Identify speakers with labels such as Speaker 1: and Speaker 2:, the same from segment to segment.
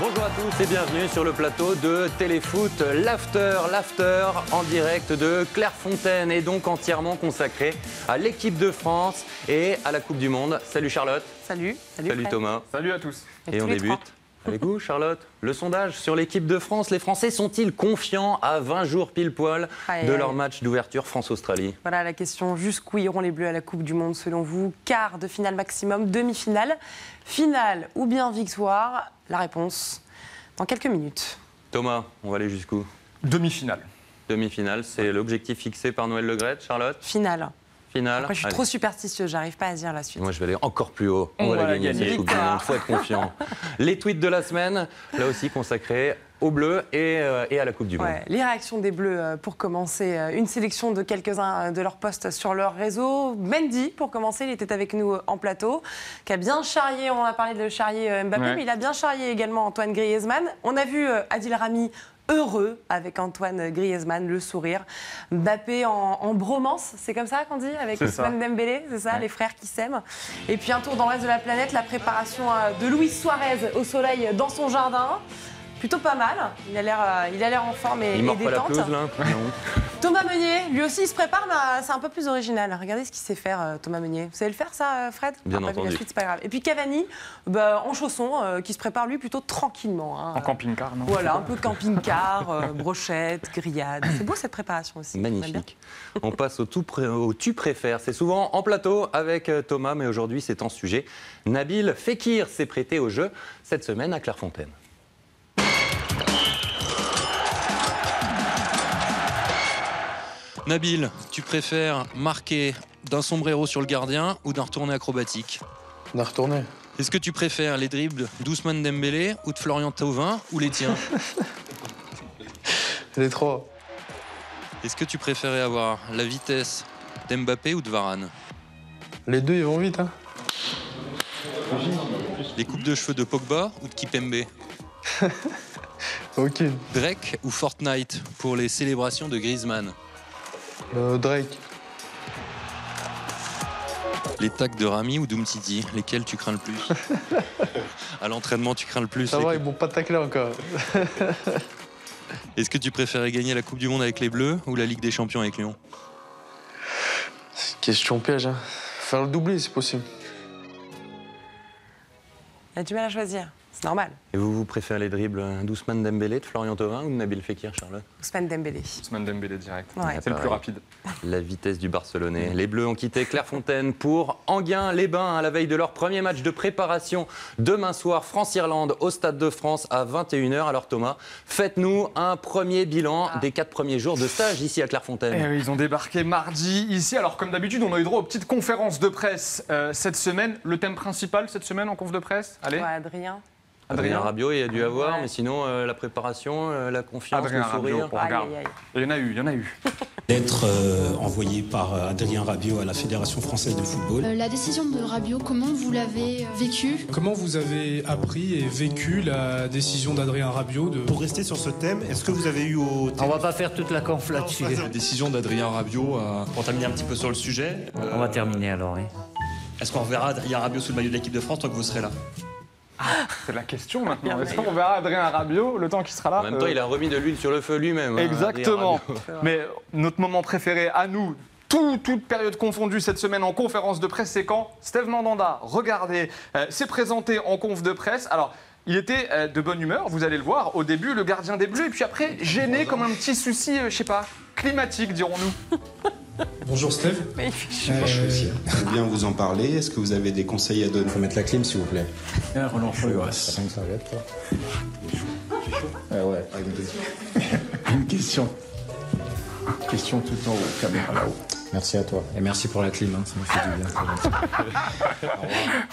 Speaker 1: Bonjour à tous et bienvenue sur le plateau de Téléfoot, l'after, l'after en direct de Clairefontaine et donc entièrement consacré à l'équipe de France et à la Coupe du Monde. Salut Charlotte.
Speaker 2: Salut.
Speaker 1: Salut,
Speaker 2: Fred.
Speaker 1: Thomas.
Speaker 3: Salut à tous.
Speaker 1: Et,
Speaker 2: tous
Speaker 1: on
Speaker 2: les
Speaker 1: débute
Speaker 2: trois.
Speaker 1: avec vous, Charlotte. Le sondage sur l'équipe de France. Les Français sont-ils confiants à 20 jours pile poil
Speaker 2: Aïe,
Speaker 1: de
Speaker 2: aïe.
Speaker 1: leur match d'ouverture France-Australie
Speaker 2: Voilà la question. Jusqu'où iront les Bleus à la Coupe du Monde selon vous Quart de finale maximum, demi-finale, finale ou bien victoire La réponse dans quelques minutes.
Speaker 1: Thomas, on va aller jusqu'où
Speaker 3: Demi-finale.
Speaker 1: Demi-finale, c'est l'objectif fixé par Noël Legret. Charlotte,
Speaker 2: Finale.
Speaker 1: finale.
Speaker 2: Après, je suis
Speaker 1: Allez.
Speaker 2: trop superstitieuse, j'arrive pas à dire la suite.
Speaker 1: Moi, je vais aller encore plus haut. On, va, la gagner. cette Coupe du
Speaker 2: Victoire.
Speaker 1: Monde. faut être confiant. Les tweets de la semaine, là aussi consacrés au bleu et, euh, et à la Coupe du Monde.
Speaker 2: Ouais, les réactions des Bleus euh, pour commencer. euh, Une sélection de quelques-uns euh, de leurs posts sur leur réseau. Mendy, pour commencer, il était avec nous euh, en plateau, qui a bien charrié, on a parlé de charrier euh, Mbappé,
Speaker 3: Ouais.
Speaker 2: mais il a bien charrié également Antoine Griezmann. On a vu euh, Adil Rami heureux avec Antoine Griezmann, le sourire. Mbappé en, en bromance, c'est comme ça qu'on dit, avec
Speaker 3: C'est ça.
Speaker 2: Ousmane Dembélé, c'est ça,
Speaker 3: Ouais.
Speaker 2: les frères qui s'aiment. Et puis un tour dans le reste de la planète, la préparation euh, de Luis Suarez au soleil euh, dans son jardin. Plutôt pas mal. Il a l'air, euh, il a l'air en forme et, et
Speaker 1: Il mord pas la
Speaker 2: détente.
Speaker 1: pelouse, là Non.
Speaker 2: Thomas Meunier, lui aussi, il se prépare, mais euh, c'est un peu plus original. Regardez ce qu'il sait faire, euh, Thomas Meunier. Vous savez le faire, ça, euh, Fred
Speaker 1: Bien
Speaker 2: Ah, pas vu
Speaker 1: entendu.
Speaker 2: La suite, c'est pas grave. Et puis Cavani, bah, en chaussons, euh, qui se prépare lui plutôt tranquillement. hein.
Speaker 3: En camping-car, non
Speaker 2: Voilà, un peu camping-car, euh, brochette, grillade. C'est beau cette préparation aussi. On aime bien.
Speaker 1: Magnifique. On passe au, tout pré- au tu préfères. C'est souvent en plateau avec euh, Thomas, mais aujourd'hui c'est en sujet. Nabil Fekir s'est prêté au jeu cette semaine à Clairefontaine.
Speaker 4: Nabil, tu préfères marquer d'un sombrero sur le gardien ou d'un retourné acrobatique
Speaker 5: On a retourné.
Speaker 4: Est-ce que tu préfères les dribbles d'Ousmane Dembélé ou de Florian Thauvin ou les tiens
Speaker 5: Les trois.
Speaker 4: Est-ce que tu préférais avoir la vitesse d'Mbappé ou de Varane
Speaker 5: Les deux, ils vont vite. Hein.
Speaker 4: Les coupes de cheveux de Pogba ou de Kipembe
Speaker 5: Ok.
Speaker 4: Drake ou Fortnite pour les célébrations de Griezmann
Speaker 5: Euh, Drake.
Speaker 4: Les tacs de Rami ou d'Umtiti Lesquels tu crains le plus À l'entraînement, tu crains le plus
Speaker 5: Ça
Speaker 4: les-
Speaker 5: va, ils vont pas tacler encore.
Speaker 4: Est-ce que tu préférais gagner la Coupe du Monde avec les Bleus ou la Ligue des Champions avec Lyon
Speaker 5: C'est une question piège. Hein. Faire le doublé, c'est possible.
Speaker 2: Il a du mal à choisir. C'est normal.
Speaker 1: Et vous, vous préférez les dribbles euh, d'Ousmane Dembélé, de Florian Thauvin ou de Nabil Fekir, Charlotte
Speaker 2: Ousmane Dembélé.
Speaker 3: Ousmane Dembélé direct.
Speaker 2: Ouais.
Speaker 3: C'est le plus
Speaker 1: Pareil.
Speaker 3: rapide.
Speaker 1: La vitesse du Barcelonais.
Speaker 3: Mm.
Speaker 1: Les Bleus ont quitté Clairefontaine pour Enghien-les-Bains à la veille de leur premier match de préparation demain soir, France-Irlande, au Stade de France à 21h. Alors Thomas, faites-nous un premier bilan
Speaker 2: Ah.
Speaker 1: des quatre premiers jours de stage ici à
Speaker 3: Eh
Speaker 1: Clairefontaine.
Speaker 3: oui, ils ont débarqué mardi ici. Alors, comme d'habitude, on a eu droit aux petites conférences de presse euh, cette semaine. Le thème principal cette semaine en conf de presse Allez,
Speaker 2: Ouais, Adrien.
Speaker 1: Adrien Rabiot, il y a dû avoir,
Speaker 2: Ah, Ouais.
Speaker 1: mais sinon euh, la préparation, euh, la confiance,
Speaker 3: Adrien
Speaker 1: le sourire.
Speaker 3: Rabiot. On
Speaker 2: Aïe,
Speaker 3: regarde.
Speaker 2: aïe, aïe.
Speaker 3: Il y en a eu, il y en a eu.
Speaker 6: d'être euh, envoyé par euh, Adrien Rabiot à la Fédération française de football.
Speaker 7: Euh, La décision de Rabiot, comment vous l'avez euh, vécue
Speaker 8: Comment vous avez appris et vécu la décision d'Adrien Rabiot de
Speaker 9: Pour rester sur ce thème, est-ce que vous avez eu au
Speaker 10: On va pas faire toute la conf là-dessus.
Speaker 9: La décision d'Adrien Rabiot à... Pour terminer un petit peu sur le sujet, euh,
Speaker 10: On va terminer alors. oui.
Speaker 9: est-ce qu'on reverra Adrien Rabiot sous le maillot de l'équipe de France tant que vous serez là
Speaker 3: C'est la question maintenant. Est-ce qu'on verra Adrien Rabiot le temps qu'il sera là
Speaker 1: En même temps,
Speaker 3: euh,
Speaker 1: il a remis de l'huile sur le feu lui-même. hein,
Speaker 3: Exactement.
Speaker 1: Adrien Rabiot.
Speaker 3: Mais notre moment préféré à nous, tout- toute période confondue cette semaine en conférence de presse, c'est quand Steve Mandanda, regardez, euh, s'est présenté en conf de presse. Alors. Il était euh, de bonne humeur, vous allez le voir, au début le gardien des Bleus, et puis après gêné comme un petit souci, euh, je sais pas, climatique dirons-nous.
Speaker 8: Bonjour Steve. Euh,
Speaker 6: Je bien vous en parler. Est-ce que vous avez des conseils à donner Faut mettre la clim, s'il vous plaît. Ah
Speaker 11: Une question. Question tout en haut, caméra là-haut.
Speaker 6: Merci à toi. Et merci pour la clim. Ça me fait du bien.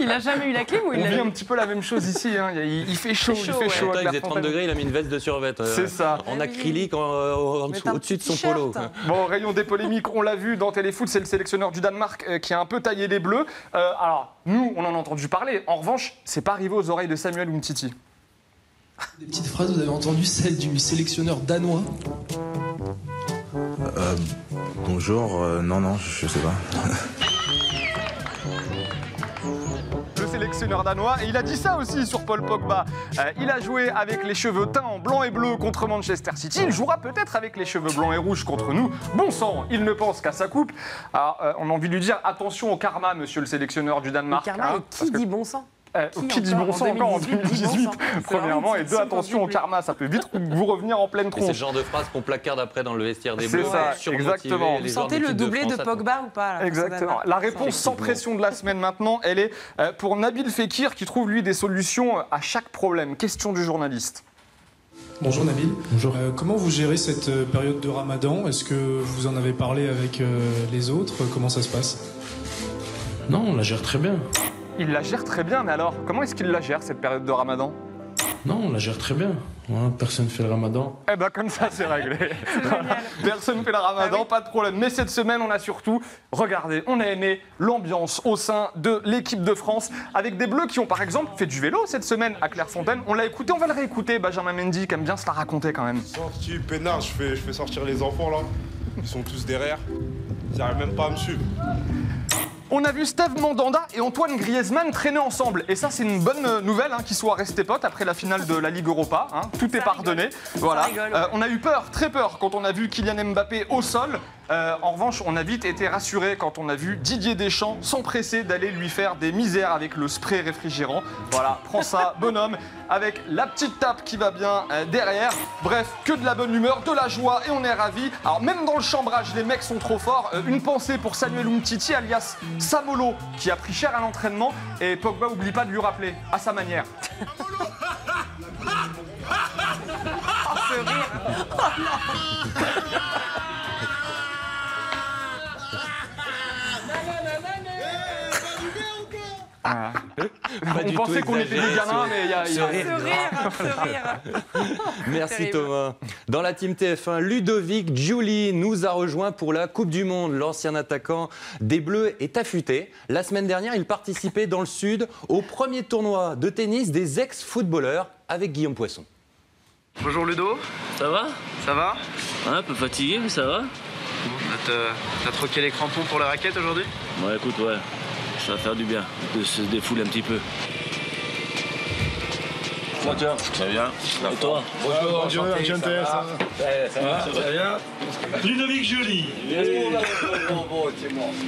Speaker 2: Il a jamais eu la clim ou il
Speaker 3: On
Speaker 2: l'a
Speaker 3: vit un petit peu la même chose ici, hein. il, il fait chaud,
Speaker 2: Il fait
Speaker 3: il
Speaker 2: chaud,
Speaker 3: fait
Speaker 2: ouais.
Speaker 1: En
Speaker 3: chaud.
Speaker 1: même temps,
Speaker 3: avec
Speaker 1: il
Speaker 3: la
Speaker 1: faisait 30
Speaker 3: fontaine.
Speaker 1: degrés, il a mis une veste de survêt. euh,
Speaker 3: C'est ça.
Speaker 1: En acrylique en- euh, en
Speaker 2: Mettre
Speaker 1: dessous-
Speaker 2: un
Speaker 1: au-dessus de son
Speaker 2: petit t-shirt.
Speaker 1: polo.
Speaker 3: Bon, rayon des polémiques, on l'a vu dans Téléfoot, c'est le sélectionneur du Danemark euh, qui a un peu taillé les bleus. Euh, alors, nous, on en a entendu parler. En revanche, c'est pas arrivé aux oreilles de Samuel Umtiti.
Speaker 11: Des petites phrases, vous avez entendu celle du sélectionneur danois
Speaker 3: Le, sélec- sélectionneur danois. Et il a dit ça aussi sur Paul Pogba. Euh, il a joué avec les cheveux teints en blanc et bleu contre Manchester City. Il jouera peut-être avec les cheveux blancs et rouges contre nous. Bon sang, il ne pense qu'à sa coupe. Alors, euh, on a envie de lui dire attention au karma, monsieur le sélectionneur du Danemark.
Speaker 2: Karma,
Speaker 3: hein,
Speaker 2: et
Speaker 3: parce
Speaker 2: qui
Speaker 3: que-
Speaker 2: dit bon sang
Speaker 3: euh,
Speaker 2: Qui
Speaker 3: qui, dit
Speaker 2: encore
Speaker 3: bon sang encore en
Speaker 2: 2018,
Speaker 3: 2018,
Speaker 2: dit bon sang C'est
Speaker 3: premièrement,
Speaker 2: vraiment
Speaker 3: et
Speaker 2: une
Speaker 3: deux,
Speaker 2: citation
Speaker 3: attention au
Speaker 2: horrible.
Speaker 3: karma, ça peut vite vous revenir en pleine
Speaker 1: Et c'est le
Speaker 3: tronche.
Speaker 1: genre de phrase qu'on placarde après dans le vestiaire des
Speaker 3: C'est
Speaker 1: Bleus.
Speaker 3: ça,
Speaker 1: surmotiver
Speaker 3: exactement.
Speaker 1: les
Speaker 2: Vous
Speaker 1: joueurs
Speaker 2: sentez
Speaker 1: d'équipe
Speaker 2: le doublé de,
Speaker 1: France.
Speaker 2: Pogba ou pas là, face au
Speaker 3: Exactement.
Speaker 2: Danemark
Speaker 3: La réponse sans pression de la semaine maintenant, elle est euh, pour Nabil Fekir qui trouve lui des solutions euh, à chaque problème. Question du journaliste.
Speaker 8: Bonjour Nabil. Bonjour. comment vous gérez cette euh, période de Ramadan Est-ce que vous en avez parlé avec euh, les autres Comment ça se passe
Speaker 6: Non, on la gère très bien.
Speaker 3: Il la gère très bien, mais alors, comment est-ce qu'il la gère cette période de ramadan
Speaker 6: Non, on la gère très bien. Voilà, personne fait le ramadan.
Speaker 3: Eh ben comme ça c'est réglé. Voilà. Personne ne fait le ramadan, pas de problème. Mais cette semaine on a surtout, regardez, on a aimé l'ambiance au sein de l'équipe de France avec des bleus qui ont par exemple fait du vélo cette semaine à Clairefontaine. On l'a écouté, on va le réécouter. Benjamin Mendy qui aime bien se la raconter quand même.
Speaker 12: Sorti, peinard, je fais, je fais sortir les enfants là. Ils sont tous derrière. Ils n'arrivent même pas à me suivre.
Speaker 3: On a vu Steve Mandanda et Antoine Griezmann traîner ensemble. Et ça, c'est une bonne euh, nouvelle hein, qu'ils soient restés potes après la finale de la Ligue Europa. hein. Tout est pardonné. Voilà. Euh, on a eu peur, très peur, quand on a vu Kylian Mbappé au sol. Euh, en revanche, on a vite été rassuré quand on a vu Didier Deschamps s'empresser d'aller lui faire des misères avec le spray réfrigérant. Voilà, prends ça, bonhomme, avec la petite tape qui va bien euh, derrière. Bref, que de la bonne humeur, de la joie et on est ravis. Alors même dans le chambrage, les mecs sont trop forts. Euh, une pensée pour Samuel Umtiti, alias Samolo, qui a pris cher à l'entraînement. Et Pogba oublie pas de lui rappeler, à sa manière.
Speaker 1: Pas
Speaker 3: on
Speaker 1: du
Speaker 3: pensait
Speaker 1: tout
Speaker 3: qu'on était des
Speaker 1: exagéré,
Speaker 3: gamins,
Speaker 1: ce-
Speaker 3: mais il y a... il y
Speaker 1: ce
Speaker 3: a-
Speaker 1: rire.
Speaker 2: Ce rire, ce rire.
Speaker 1: Merci
Speaker 2: Terrible.
Speaker 1: Thomas. Dans la team TF1, Ludovic Giuli nous a rejoint pour la Coupe du Monde. L'ancien attaquant des Bleus est affûté. La semaine dernière, il participait dans le Sud au premier tournoi de tennis des ex-footballeurs avec Guillaume Poisson.
Speaker 13: Bonjour Ludo. Ça va Ça va Un peu fatigué, mais ça va. Euh, T'as troqué les crampons pour la raquette aujourd'hui Ouais, écoute, ouais. Ça va faire du bien de se défouler un petit peu. Moi, tiens. Ça va bien Et toi
Speaker 14: Bonjour, bonjour, enchanté, enchanté, ça ça va
Speaker 13: Ça va, ça va bien Ludovic Joly.
Speaker 14: Il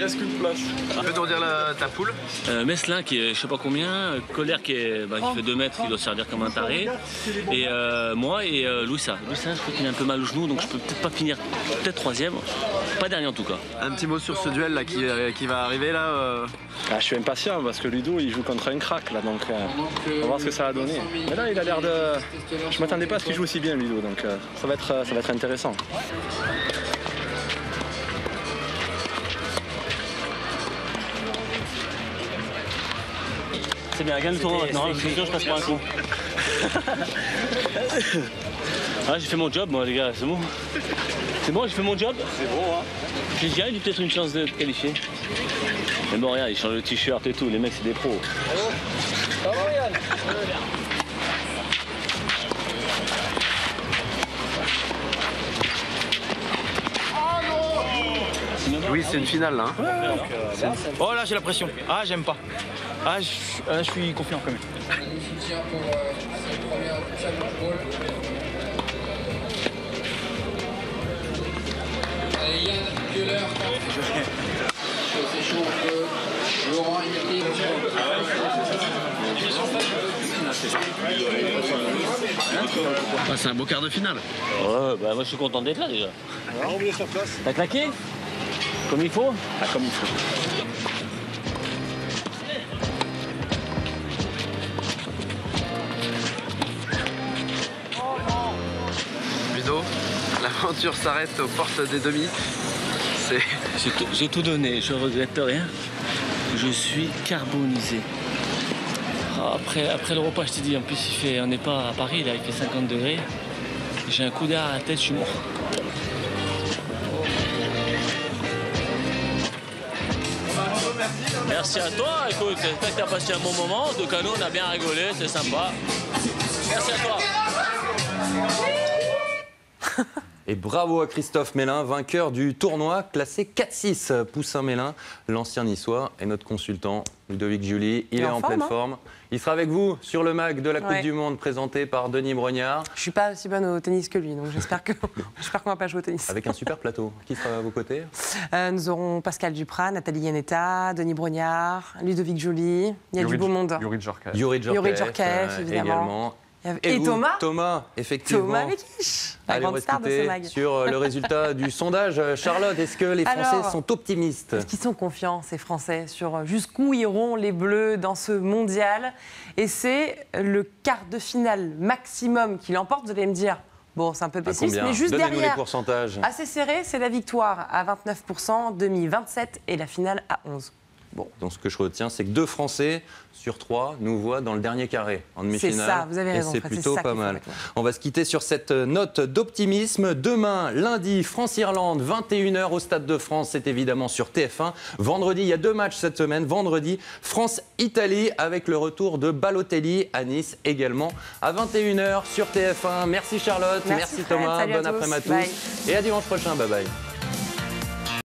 Speaker 14: reste qu'une place.
Speaker 13: Tu peux nous dire ta poule Meslin Euh, qui est je sais pas combien, euh, Colère qui, est, bah, qui fait 2 mètres, qui doit servir comme un taré. Et euh, moi et euh, Louisa. Louisa, je crois qu'il a un peu mal au genou, donc je peux peut-être pas finir, peut-être troisième, pas dernier en tout cas.
Speaker 14: Un petit mot sur ce duel là qui, euh, qui va arriver là. je suis impatient parce que Ludo il joue contre un crack là donc on va voir ce que ça va donner. Mais là il a l'air de. Je m'attendais pas à ce qu'il joue aussi bien Ludo donc euh, ça, va être, euh, ça va être intéressant.
Speaker 13: C'est bien, gagne le tournoi maintenant, je te jure, je passe pas un coup. ah, j'ai fait mon job, moi, les gars, c'est bon. C'est bon, j'ai fait mon job C'est bon, hein. J'ai déjà eu peut-être une chance de te qualifier. Mais bon, regarde, ils changent le t-shirt et tout, les mecs, c'est des pros.
Speaker 14: Oui c'est une finale là. hein.
Speaker 15: Oh là j'ai la pression. Ah j'aime pas. Ah je, ah, je suis confiant quand même.
Speaker 13: Ah, c'est un beau quart de finale. Ouais, bah moi je suis content d'être là déjà.
Speaker 15: Ah, On vient sur place.
Speaker 13: T'as claqué Comme il faut Ah, comme il faut.
Speaker 14: Ludo, l'aventure s'arrête aux portes des demi. C'est.
Speaker 13: J'ai tout, j'ai tout donné, je regrette rien. Je suis carbonisé. Ah, Après, après le repas, je t'ai dit, en plus, il fait, on n'est pas à Paris, là, il fait 50 degrés. J'ai un coup d'air à la tête, je suis mort. Merci à toi, écoute, j'espère que t'as passé un bon moment. Donc, nous, on a bien rigolé, c'est sympa. Merci à toi.
Speaker 1: Et bravo à Christophe Mélin, vainqueur du tournoi, classé 4-6. Poussin Mélin, l'ancien niçois et notre consultant Ludovic Julie. Il,
Speaker 2: Il
Speaker 1: est
Speaker 2: est
Speaker 1: en,
Speaker 2: en
Speaker 1: pleine
Speaker 2: forme,
Speaker 1: forme.
Speaker 2: hein.
Speaker 1: Il sera avec vous sur le mag de la Coupe
Speaker 2: Ouais.
Speaker 1: du Monde présenté par Denis Brognard.
Speaker 2: Je suis pas aussi bonne au tennis que lui, donc j'espère que- j'espère qu'on va pas jouer au tennis.
Speaker 1: Avec un super plateau. Qui sera à vos côtés
Speaker 2: Euh, nous aurons Pascal Duprat, Nathalie Yanetta, Denis Brognard, Ludovic Joly. Il y a du beau monde.
Speaker 3: Yuri Djorkaeff.
Speaker 1: Yuri Djorkaeff,
Speaker 2: Yuri Djorkaeff,
Speaker 1: euh,
Speaker 2: évidemment.
Speaker 1: également.
Speaker 2: Il y a-
Speaker 1: Et,
Speaker 2: Et
Speaker 1: vous,
Speaker 2: Thomas
Speaker 1: Thomas, effectivement.
Speaker 2: Thomas Vekich, la
Speaker 1: Allez, on
Speaker 2: grande
Speaker 1: va
Speaker 2: star de
Speaker 1: écouter
Speaker 2: ce mag.
Speaker 1: sur euh, le résultat du sondage. Euh, Charlotte, est-ce que les Français
Speaker 2: Alors,
Speaker 1: sont optimistes
Speaker 2: Est-ce qu'ils sont confiants, ces Français, sur jusqu'où iront les Bleus dans ce mondial Et c'est le quart de finale maximum qui l'emporte, vous allez me dire. Bon, c'est un peu
Speaker 1: À
Speaker 2: pessimiste,
Speaker 1: combien
Speaker 2: mais juste
Speaker 1: Donnez-nous les
Speaker 2: derrière.
Speaker 1: pourcentages.
Speaker 2: Assez serré, c'est la victoire à 29%, demi 27% et la finale à 11%.
Speaker 1: Bon, donc ce que je retiens, c'est que deux Français sur trois nous voient dans le dernier carré en demi-finale.
Speaker 2: C'est ça, vous avez
Speaker 1: Et
Speaker 2: raison,
Speaker 1: C'est
Speaker 2: Fred, c'est
Speaker 1: plutôt
Speaker 2: ça
Speaker 1: pas
Speaker 2: qu'il faut
Speaker 1: mal.
Speaker 2: retenir.
Speaker 1: On va se quitter sur cette note d'optimisme. Demain, lundi, France-Irlande, 21h au Stade de France. C'est évidemment sur TF1. Vendredi, il y a deux matchs cette semaine. Vendredi, France-Italie avec le retour de Balotelli à Nice également à 21h sur TF1. Merci Charlotte,
Speaker 2: Merci Fred,
Speaker 1: Thomas,
Speaker 2: salut à
Speaker 1: bon
Speaker 2: tous.
Speaker 1: après-midi à tous.
Speaker 2: Bye.
Speaker 1: Et à dimanche prochain, bye bye.